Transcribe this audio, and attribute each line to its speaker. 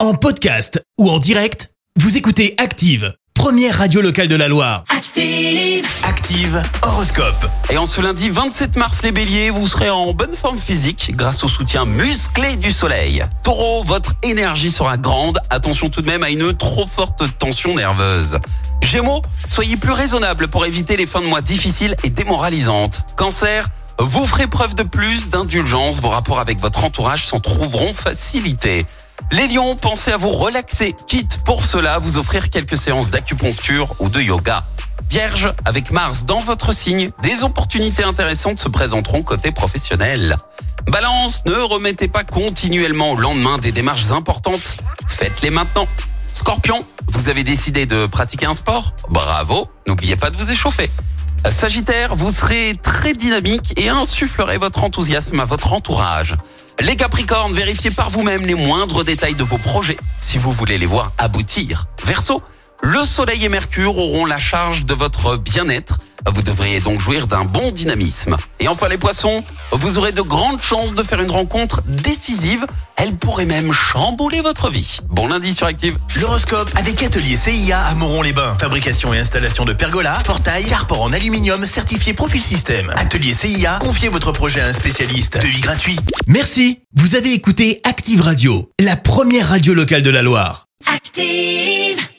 Speaker 1: En podcast ou en direct, vous écoutez Active, première radio locale de la Loire.
Speaker 2: Active.
Speaker 3: Active Horoscope. Et en ce lundi 27 mars, les béliers, vous serez en bonne forme physique grâce au soutien musclé du soleil. Taureau, votre énergie sera grande. Attention tout de même à une trop forte tension nerveuse. Gémeaux, soyez plus raisonnable pour éviter les fins de mois difficiles et démoralisantes. Cancer, vous ferez preuve de plus d'indulgence. Vos rapports avec votre entourage s'en trouveront facilités. Les lions, pensez à vous relaxer, quitte pour cela vous offrir quelques séances d'acupuncture ou de yoga. Vierge, avec Mars dans votre signe, des opportunités intéressantes se présenteront côté professionnel. Balance, ne remettez pas continuellement au lendemain des démarches importantes, faites-les maintenant. Scorpion, vous avez décidé de pratiquer un sport Bravo, n'oubliez pas de vous échauffer. Sagittaire, vous serez très dynamique et insufflerez votre enthousiasme à votre entourage. Les Capricornes, vérifiez par vous-même les moindres détails de vos projets si vous voulez les voir aboutir. Verseau, le Soleil et Mercure auront la charge de votre bien-être. Vous devriez donc jouir d'un bon dynamisme. Et enfin les poissons, vous aurez de grandes chances de faire une rencontre décisive. Elle pourrait même chambouler votre vie. Bon lundi sur Active.
Speaker 1: L'horoscope avec atelier CIA à Moron-les-Bains. Fabrication et installation de pergolas, portails, carport en aluminium certifié Profil Système. Atelier CIA, confiez votre projet à un spécialiste. Devis gratuit. Merci. Vous avez écouté Active Radio, la première radio locale de la Loire.
Speaker 2: Active.